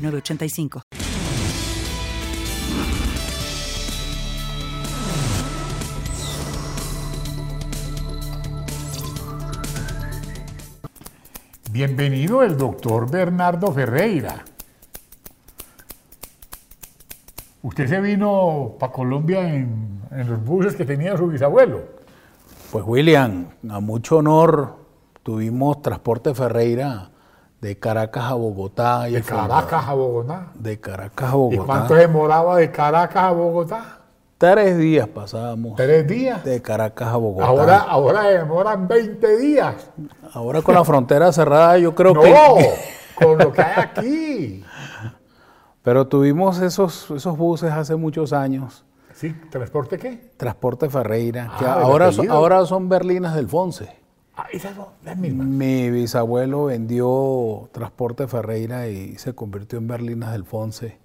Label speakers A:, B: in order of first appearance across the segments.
A: 985.
B: Bienvenido el doctor Bernardo Ferreira. Usted se vino para Colombia en, en los buses que tenía su bisabuelo.
C: Pues William, a mucho honor tuvimos transporte Ferreira de Caracas a Bogotá.
B: Y de Caracas a Bogotá.
C: De Caracas a Pues, Bogotá.
B: ¿Y cuánto demoraba de Caracas a Bogotá?
C: Tres días pasábamos.
B: ¿Tres días?
C: De Caracas a Bogotá.
B: Ahora, ahora demoran 20 días.
C: Ahora con la frontera cerrada yo creo
B: no,
C: que...
B: No, con lo que hay aquí.
C: Pero tuvimos esos, esos buses hace muchos años.
B: ¿Sí? ¿Transporte qué?
C: Transporte Ferreira. Ah, que ahora, son, ahora son berlinas del Fonse.
B: Ah, esas son las mismas.
C: Mi bisabuelo vendió Transporte Ferreira y se convirtió en Berlinas del Fonse.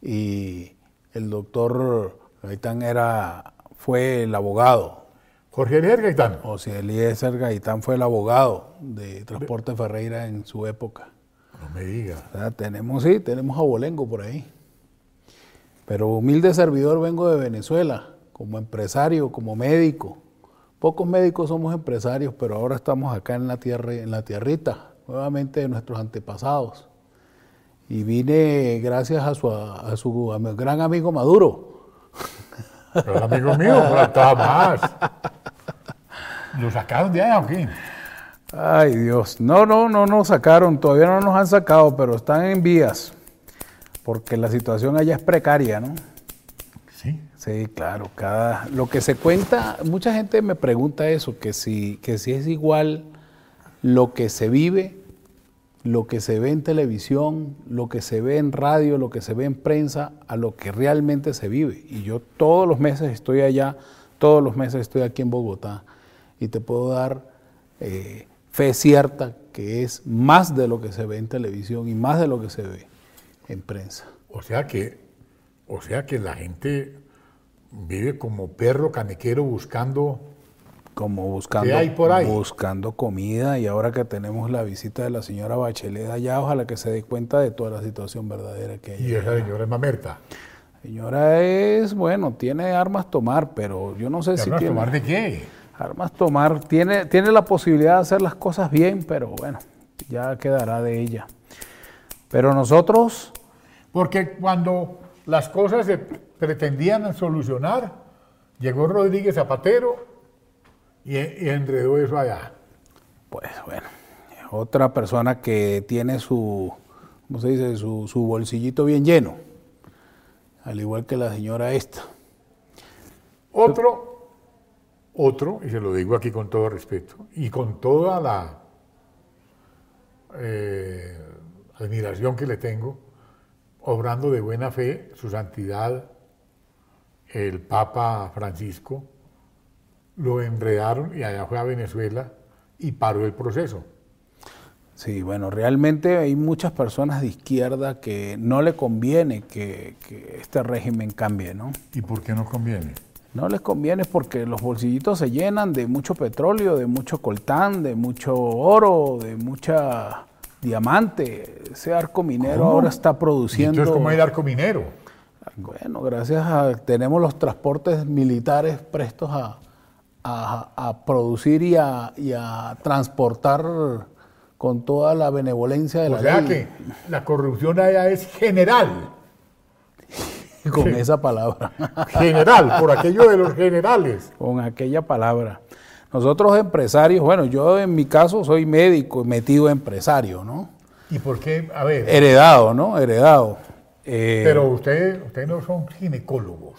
C: Y el doctor Gaitán era, fue el abogado.
B: Jorge Eliezer Gaitán.
C: O sea, Eliezer Gaitán fue el abogado de Transporte Ferreira en su época.
B: No me digas.
C: O sea, tenemos, sí, tenemos a Bolengo por ahí. Pero humilde servidor vengo de Venezuela, como empresario, como médico. Pocos médicos somos empresarios, pero ahora estamos acá en la tierra, en la tierrita, nuevamente de nuestros antepasados. Y vine gracias a su, a su a mi gran amigo Maduro.
B: Pero amigo mío, no estaba más. ¿Lo sacaron de ahí o qué?
C: Ay, Dios. No, no, no nos sacaron. Todavía no nos han sacado, pero están en vías. Porque la situación allá es precaria, ¿no?
B: Sí.
C: Sí, claro, cada lo que se cuenta, mucha gente me pregunta eso, que si, que si es igual lo que se vive, lo que se ve en televisión, lo que se ve en radio, lo que se ve en prensa, a lo que realmente se vive. Y yo todos los meses estoy allá, todos los meses estoy aquí en Bogotá, y te puedo dar eh, fe cierta que es más de lo que se ve en televisión y más de lo que se ve en prensa.
B: O sea que, o sea que la gente vive como perro caniquero buscando
C: como buscando
B: ¿Qué hay por ahí?
C: buscando comida y ahora que tenemos la visita de la señora Bachelet allá ojalá que se dé cuenta de toda la situación verdadera que hay
B: y esa señora es mamerta
C: señora es bueno tiene armas tomar pero yo no sé si
B: armas
C: tiene
B: tomar de qué
C: armas tomar tiene tiene la posibilidad de hacer las cosas bien pero bueno ya quedará de ella pero nosotros
B: porque cuando las cosas se pretendían solucionar, llegó Rodríguez Zapatero y, e, y, enredó eso allá.
C: Pues bueno, otra persona que tiene su, ¿cómo se dice? Su, su bolsillito bien lleno, al igual que la señora esta.
B: Otro, otro, y se lo digo aquí con todo respeto, y con toda la eh, admiración que le tengo, obrando de buena fe, su santidad, el Papa Francisco, lo enredaron y allá fue a Venezuela y paró el proceso.
C: Sí, bueno, realmente hay muchas personas de izquierda que no le conviene que, que este régimen cambie, ¿no?
B: ¿Y por qué no conviene?
C: No les conviene porque los bolsillitos se llenan de mucho petróleo, de mucho coltán, de mucho oro, de mucha diamante. Ese arco minero ¿Cómo? ahora está produciendo.
B: Entonces, ¿cómo es el arco minero?
C: Bueno, gracias a. Tenemos los transportes militares prestos a, a, a producir y a, y a, transportar con toda la benevolencia de
B: o
C: la
B: sea
C: ley.
B: que la corrupción allá es general.
C: con esa palabra.
B: general, por aquello de los generales.
C: Con aquella palabra. Nosotros empresarios, bueno, yo en mi caso soy médico, metido empresario, ¿no?
B: ¿Y por qué? A ver.
C: Eh, Heredado, ¿no? Heredado.
B: Eh, pero ustedes usted no son ginecólogos.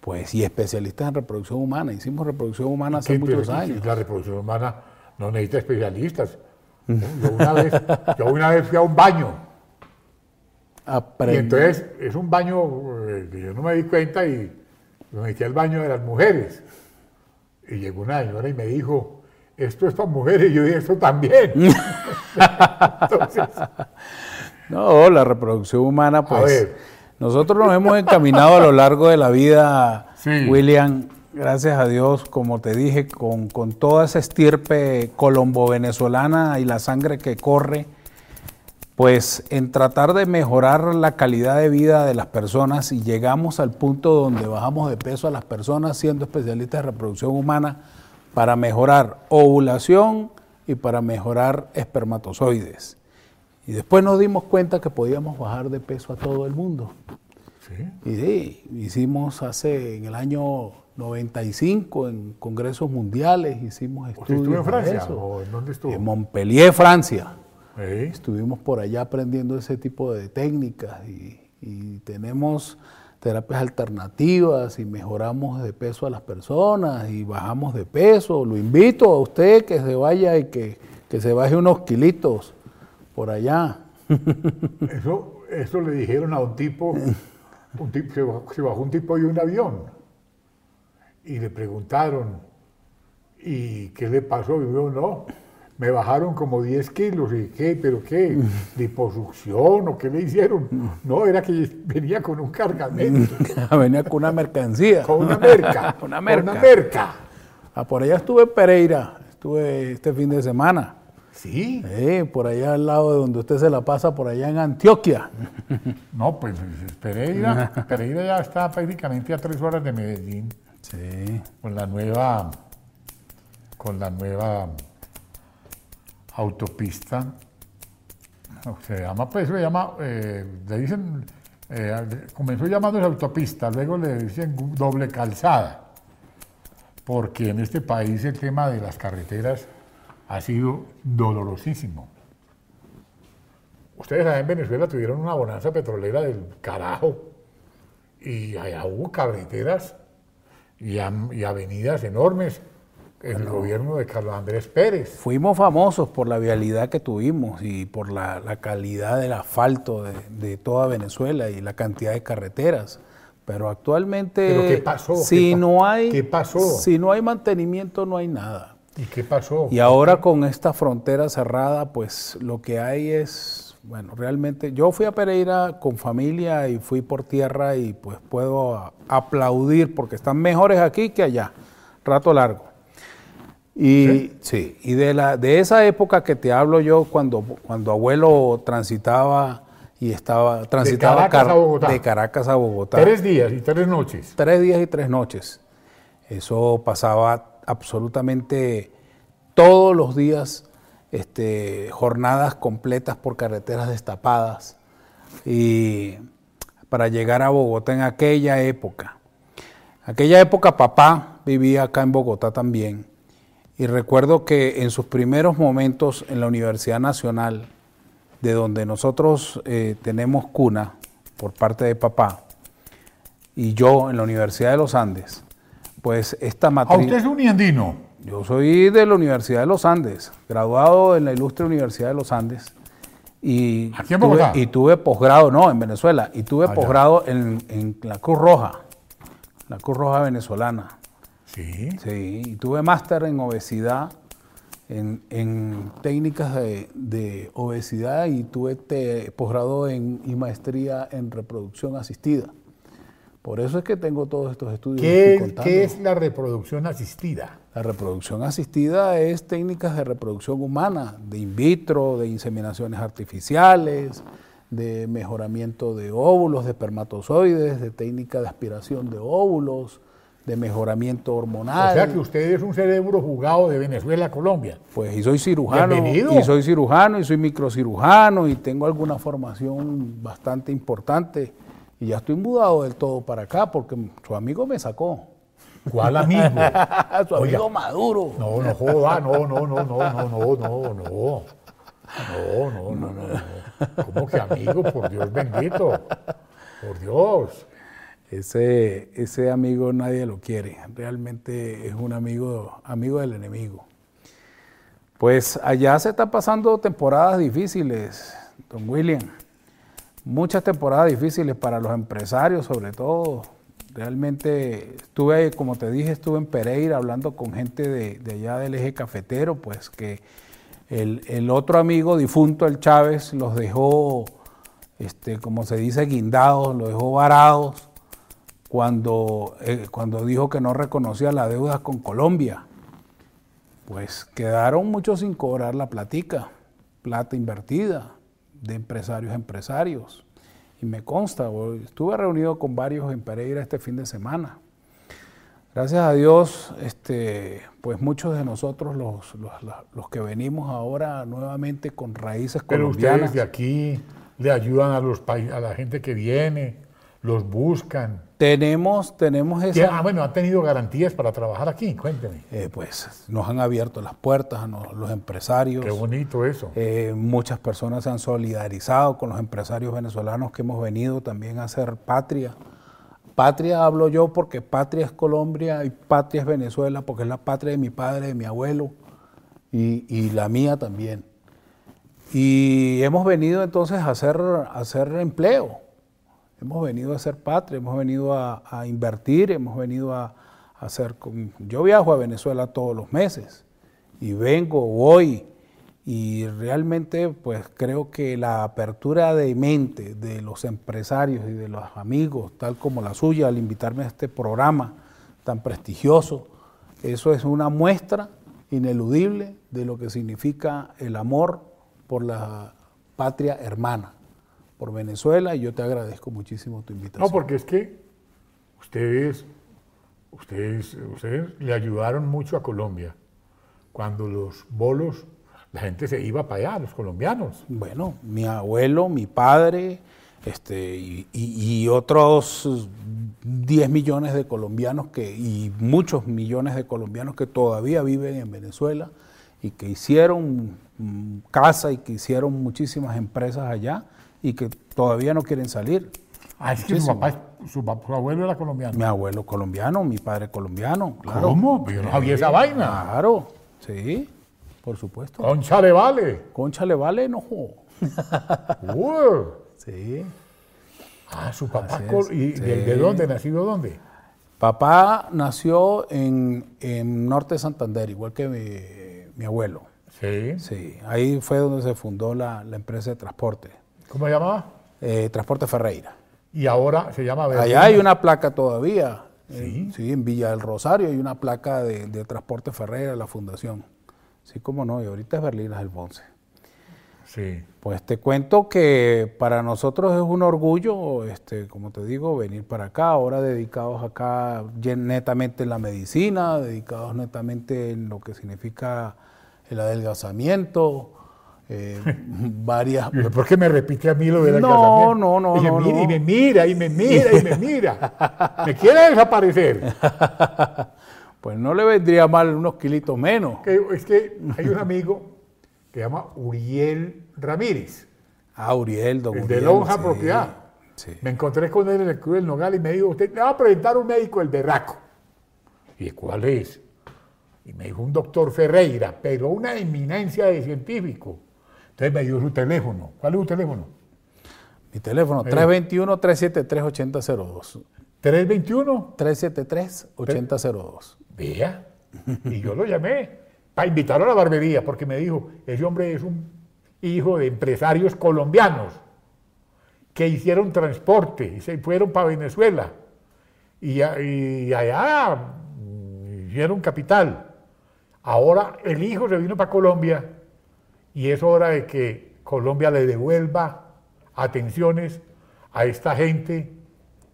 C: Pues y especialistas en reproducción humana. Hicimos reproducción humana hace Ah, muchos años.
B: La reproducción humana no necesita
C: Mm.
B: especialistas. Yo una, vez, yo una vez fui a un baño Y
C: aprender.
B: entonces es un baño eh, que yo no me di cuenta y me metí al baño de las mujeres. Y llegó una señora y me dijo, esto es para mujeres, y yo dije, esto también. entonces,
C: No, la reproducción humana, pues.
B: ver.
C: Nosotros nos hemos encaminado a lo largo de la vida,
B: Sí.
C: William, gracias a Dios, como te dije, con, con toda esa estirpe colombo-venezolana y la sangre que corre, pues en tratar de mejorar la calidad de vida de las personas y llegamos al punto donde bajamos de peso a las personas siendo especialistas de reproducción humana para mejorar ovulación y para mejorar espermatozoides. Y después nos dimos cuenta que podíamos bajar de peso a todo el mundo.
B: sí,
C: Y sí, hicimos hace en el año 95 en congresos mundiales, hicimos
B: ¿Usted estuvo en
C: estudios de
B: Francia?
C: eso.
B: ¿O en dónde estuvo?
C: En Montpellier, Francia.
B: Sí.
C: Estuvimos por allá aprendiendo ese tipo de técnicas y, y tenemos terapias alternativas y mejoramos de peso a las personas y bajamos de peso. Lo invito a usted que se vaya y que, que se baje unos kilitos por allá.
B: Eso, eso le dijeron a un tipo, un tipo se, bajó, se bajó un tipo de un avión y le preguntaron, ¿y qué le pasó? Y yo, no, me bajaron como 10 kilos. ¿Y qué? ¿Pero qué? ¿Liposucción o qué le hicieron? No, era que venía con un cargamento,
C: Venía con una mercancía.
B: con una merca.
C: Una
B: con
C: merca.
B: Una merca.
C: Ah, por allá estuve en Pereira, estuve este fin de semana.
B: Sí.
C: Eh, por allá al lado de donde usted se la pasa, por allá en Antioquia.
B: No, pues Pereira, Pereira ya está prácticamente a tres horas de Medellín.
C: Sí.
B: con la nueva con la nueva autopista no, se llama pues se llama eh, le dicen eh, comenzó llamándose autopista luego le dicen gu- doble calzada porque en este país el tema de las carreteras ha sido dolorosísimo ustedes allá en Venezuela tuvieron una bonanza petrolera del carajo y allá hubo carreteras y, am- y avenidas enormes en el gobierno de Carlos Andrés Pérez.
C: Fuimos famosos por la vialidad que tuvimos y por la, la calidad del asfalto de, de toda Venezuela y la cantidad de carreteras. Pero actualmente,
B: ¿Pero qué pasó?
C: si
B: ¿Qué pa-
C: no hay,
B: qué pasó?
C: si no hay mantenimiento, no hay nada.
B: ¿Y qué pasó?
C: Y ahora con esta frontera cerrada, pues lo que hay es, bueno, realmente yo fui a Pereira con familia y fui por tierra y pues puedo a- aplaudir porque están mejores aquí que allá, rato largo. Y sí, y de la de esa época que te hablo yo cuando cuando abuelo transitaba y estaba transitaba
B: Caracas
C: car-
B: a Bogotá.
C: de Caracas a Bogotá
B: Tres días y tres noches.
C: tres días y tres noches. Eso pasaba absolutamente todos los días, este, jornadas completas por carreteras destapadas y para llegar a Bogotá en aquella época. Aquella época papá vivía acá en Bogotá también y recuerdo que en sus primeros momentos en la Universidad Nacional, de donde nosotros eh, tenemos cuna por parte de papá, y yo en la Universidad de los Andes, pues esta
B: ¿A Ah, usted
C: matriz...
B: es un andino?
C: Yo soy de la Universidad de los Andes, graduado en la Ilustre Universidad de los Andes. Y
B: Aquí en
C: tuve,
B: Bogotá.
C: y tuve posgrado, no, en Venezuela, y tuve
B: Ah, ya.
C: posgrado en, en la Cruz Roja, la Cruz Roja venezolana.
B: Sí.
C: Sí, y tuve máster en obesidad, en, en técnicas de, de obesidad y tuve te- posgrado en, y maestría en reproducción asistida. Por eso es que tengo todos estos estudios. que estoy
B: ¿Qué,
C: contando.
B: qué es la reproducción asistida?
C: La reproducción asistida es técnicas de reproducción humana, de in vitro, de inseminaciones artificiales, de mejoramiento de óvulos, de espermatozoides, de técnica de aspiración de óvulos, de mejoramiento hormonal.
B: O sea que usted es un cerebro jugado de Venezuela a Colombia.
C: Pues y soy cirujano,
B: Bienvenido.
C: y soy cirujano, y soy microcirujano, y tengo alguna formación bastante importante. Y ya estoy mudado del todo para acá porque su amigo me sacó.
B: ¿Cuál amigo?
C: su
B: Oiga.
C: amigo Maduro.
B: No, no joda, no, no, no, no, no, no, no, no. No, no, no, no. no. ¿Cómo que amigo? Por Dios bendito. Por Dios.
C: Ese, ese amigo nadie lo quiere. Realmente es un amigo, amigo del enemigo. Pues allá se están pasando temporadas difíciles, don William. muchas temporadas difíciles para los empresarios, sobre todo. Realmente estuve, como te dije, estuve en Pereira hablando con gente de, de allá del eje cafetero, pues que el, el otro amigo difunto, el Chávez, los dejó, este, como se dice, guindados, los dejó varados cuando, eh, cuando dijo que no reconocía las deudas con Colombia. Pues quedaron muchos sin cobrar la platica, plata invertida, de empresarios a empresarios. Y me consta, estuve reunido con varios en Pereira este fin de semana. Gracias a Dios, este, pues muchos de nosotros, los, los, los que venimos ahora nuevamente con raíces
B: Pero
C: colombianas.
B: ustedes de aquí le ayudan a, los, pa- a la gente que viene, los buscan.
C: Tenemos, tenemos
B: Y,
C: esa.
B: ah, bueno, ¿han tenido garantías para trabajar aquí? Cuénteme.
C: eh, pues nos han abierto las puertas a nos- los empresarios.
B: Qué bonito eso.
C: Eh, muchas personas se han solidarizado con los empresarios venezolanos que hemos venido también a hacer patria. Patria hablo yo porque patria es Colombia y patria es Venezuela, porque es la patria de mi padre, de mi abuelo y, y la mía también. Y hemos venido entonces a hacer, a hacer empleo, hemos venido a hacer patria, hemos venido a, a invertir, hemos venido a, a hacer... con- Yo viajo a Venezuela todos los meses y vengo, voy, y realmente pues creo que la apertura de mente de los empresarios y de los amigos, tal como la suya, al invitarme a este programa tan prestigioso, eso es una muestra ineludible de lo que significa el amor por la patria hermana, por Venezuela, y yo te agradezco muchísimo tu invitación.
B: No, porque es que ustedes, ustedes, ustedes le ayudaron mucho a Colombia. Cuando los bolos, la gente se iba para allá, los colombianos.
C: Bueno, mi abuelo, mi padre este, y, y- y otros 10 millones de colombianos que, y muchos millones de colombianos que todavía viven en Venezuela y que hicieron mm, casa y que hicieron muchísimas empresas allá y que todavía no quieren salir.
B: Ah, es que su, papá, es- su, pap- su abuelo era colombiano.
C: Mi abuelo colombiano, mi padre colombiano, claro.
B: ¿Cómo? Pero Yo no sabía esa vaina.
C: Claro, sí, por supuesto.
B: Concha le vale.
C: Concha le vale enojo.
B: Uh.
C: Sí.
B: Ah, su papá.
C: Así
B: col-
C: es.
B: ¿Y
C: Sí.
B: de, de dónde? ¿Nacido dónde?
C: Papá nació en, en Norte de Santander, igual que mi, mi abuelo.
B: Sí.
C: Sí, ahí fue donde se fundó la, la empresa de transporte,
B: ¿Cómo se llamaba?
C: eh, Transporte Ferreira.
B: Y ahora se llama Berlín.
C: Allá hay una placa todavía, eh, sí, en Villa del Rosario hay una placa de, de Transporte Ferreira, la fundación. Sí, cómo no, y ahorita es Berlinas el Bonce.
B: Sí.
C: Pues te cuento que para nosotros es un orgullo, este, como te digo, venir para acá, ahora dedicados acá ye- netamente en la medicina, dedicados netamente en lo que significa el adelgazamiento, eh, varias...
B: Yo, ¿Por qué me repite a mí lo del
C: No,
B: alcalde?
C: no, no,
B: Y me
C: no,
B: mira,
C: no.
B: Y me mira, y me mira, y me mira. Me quiere desaparecer.
C: Pues no le vendría mal unos kilitos menos.
B: Que- es que hay un amigo que se llama Uriel Ramírez,
C: Ah, Uriel, don
B: el de
C: Uriel,
B: Lonja
C: sí,
B: Propiedad.
C: sí.
B: Me encontré con él en el Club del Nogal y me dijo, usted le va a presentar un médico, el berraco. ¿Y cuál es? Y me dijo un doctor Ferreira, pero una eminencia de científico. Entonces me dio su teléfono. ¿Cuál es su teléfono?
C: Mi teléfono, 321-373-8002.
B: 321.
C: 373-8002.
B: Vea. Y yo lo llamé para invitarlo a la barbería, porque me dijo, ese hombre es un hijo de empresarios colombianos que hicieron transporte y se fueron para Venezuela. Y, a- y allá mm, hicieron capital. Ahora el hijo se vino para Colombia y es hora de que Colombia le devuelva atenciones a esta gente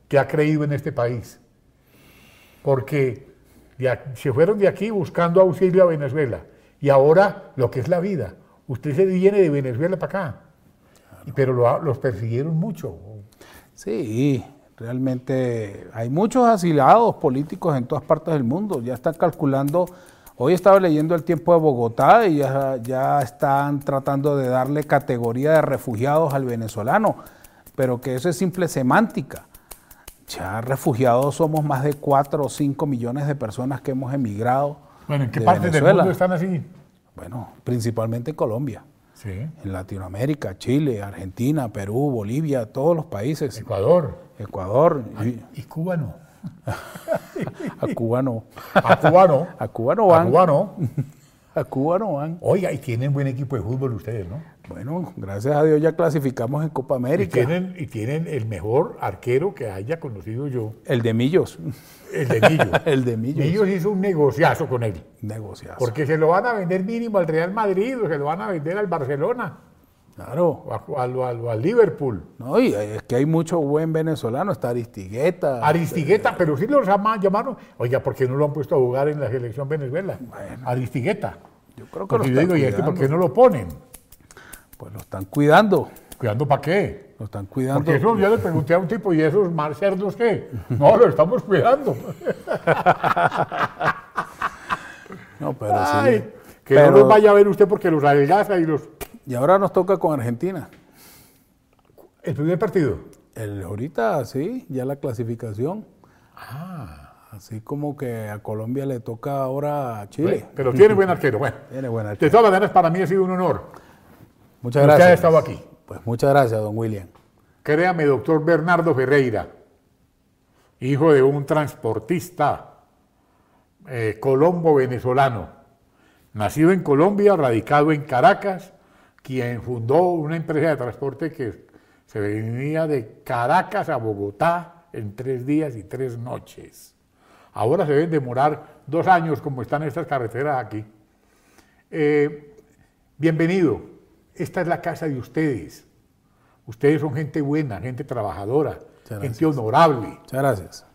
B: que ha creído en este país porque de ac- se fueron de aquí buscando auxilio a Venezuela. Y ahora lo que es la vida. Usted se viene de Venezuela para acá. Y- Pero lo ha- los persiguieron mucho.
C: Sí, realmente hay muchos asilados políticos en todas partes del mundo. Ya están calculando. Hoy estaba leyendo el tiempo de Bogotá y ya, ya están tratando de darle categoría de refugiados al venezolano, pero que eso es simple semántica. Ya refugiados somos más de 4 o 5 millones de personas que hemos emigrado.
B: Bueno, ¿en qué
C: de
B: partes del
C: Venezuela.
B: mundo están así?
C: Bueno, principalmente en Colombia.
B: Sí.
C: en Latinoamérica, Chile, Argentina, Perú, Bolivia, todos los países,
B: Ecuador.
C: Ecuador, y-
B: Y Cuba no.
C: a Cuba no,
B: A Cuba no.
C: a Cuba no van,
B: A Cuba no.
C: a Cuba no van.
B: Oiga, y tienen buen equipo de fútbol ustedes, ¿no?
C: Bueno, gracias a Dios ya clasificamos en Copa
B: Y
C: América,
B: tienen, y tienen el mejor arquero que haya conocido yo,
C: el de Millos,
B: el de Millo.
C: el de Millos,
B: Millos hizo un negociazo con él.
C: negociazo,
B: Porque se lo van a vender mínimo al Real Madrid o se lo van a vender al Barcelona
C: claro.
B: o a- o al, o al- o al Liverpool.
C: No, y es que hay mucho buen venezolano, está Aristigueta,
B: Aristigueta, pero sí los ama- llamaron. Oiga, ¿por qué no lo han puesto a jugar en la selección Venezuela? Aristigueta.
C: yo creo que lo
B: Porque yo
C: están,
B: digo, ¿y este
C: cuidando.
B: por qué no lo ponen?
C: Pues lo están cuidando,
B: ¿Cuidando para qué?
C: lo están cuidando.
B: Porque eso yo le pregunté a un tipo, ¿y esos mar cerdos qué? No, lo estamos cuidando.
C: No, pero sí.
B: Ay, que
C: Pero-
B: no los vaya a ver usted porque los adelgaza y los.
C: Y ahora nos toca con Argentina.
B: El primer partido.
C: El, ahorita sí, ya la clasificación.
B: Ah.
C: Así como que a Colombia le toca ahora a Chile.
B: Pero tiene buen arquero. Bueno,
C: Tiene buena
B: de todas maneras, para mí ha sido un honor.
C: Muchas
B: Usted
C: gracias.
B: ha estado aquí.
C: Pues muchas gracias, don William.
B: Créame, doctor Bernardo Ferreira, hijo de un transportista eh, colombo-venezolano, nacido en Colombia, radicado en Caracas, quien fundó una empresa de transporte que se venía de Caracas a Bogotá en tres días y tres noches. Ahora se deben demorar dos años como están estas carreteras aquí. Eh, bienvenido, esta es la casa de ustedes. Ustedes son gente buena, gente trabajadora, gente
C: gracias.
B: honorable.
C: Muchas gracias.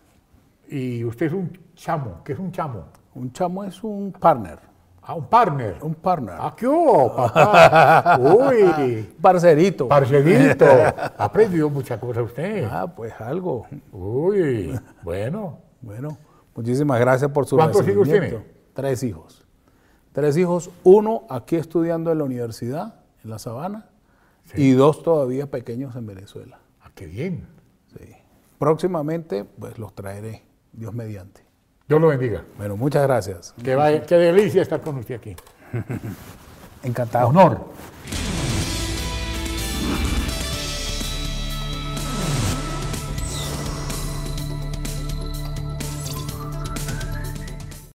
B: Y usted es un chamo, ¿qué es un chamo?
C: Un chamo es un partner.
B: Ah, un partner.
C: Un partner.
B: Ah, ¿qué hubo, papá? Uy,
C: Parcerito.
B: parcelito. Ha aprendido mucha cosa usted.
C: ah, pues algo.
B: Uy, bueno.
C: Bueno, muchísimas gracias por su
B: ¿Cuántos hijos
C: recibimiento.
B: tiene?
C: Tres hijos. Tres hijos, uno aquí estudiando en la universidad, en La Sabana, y dos todavía pequeños en Venezuela.
B: Ah, qué bien.
C: Sí. Próximamente, pues los traeré, Dios mediante.
B: Dios lo bendiga.
C: Bueno, muchas gracias.
B: Qué, va- qué delicia estar con usted aquí.
C: Encantado.
B: Honor.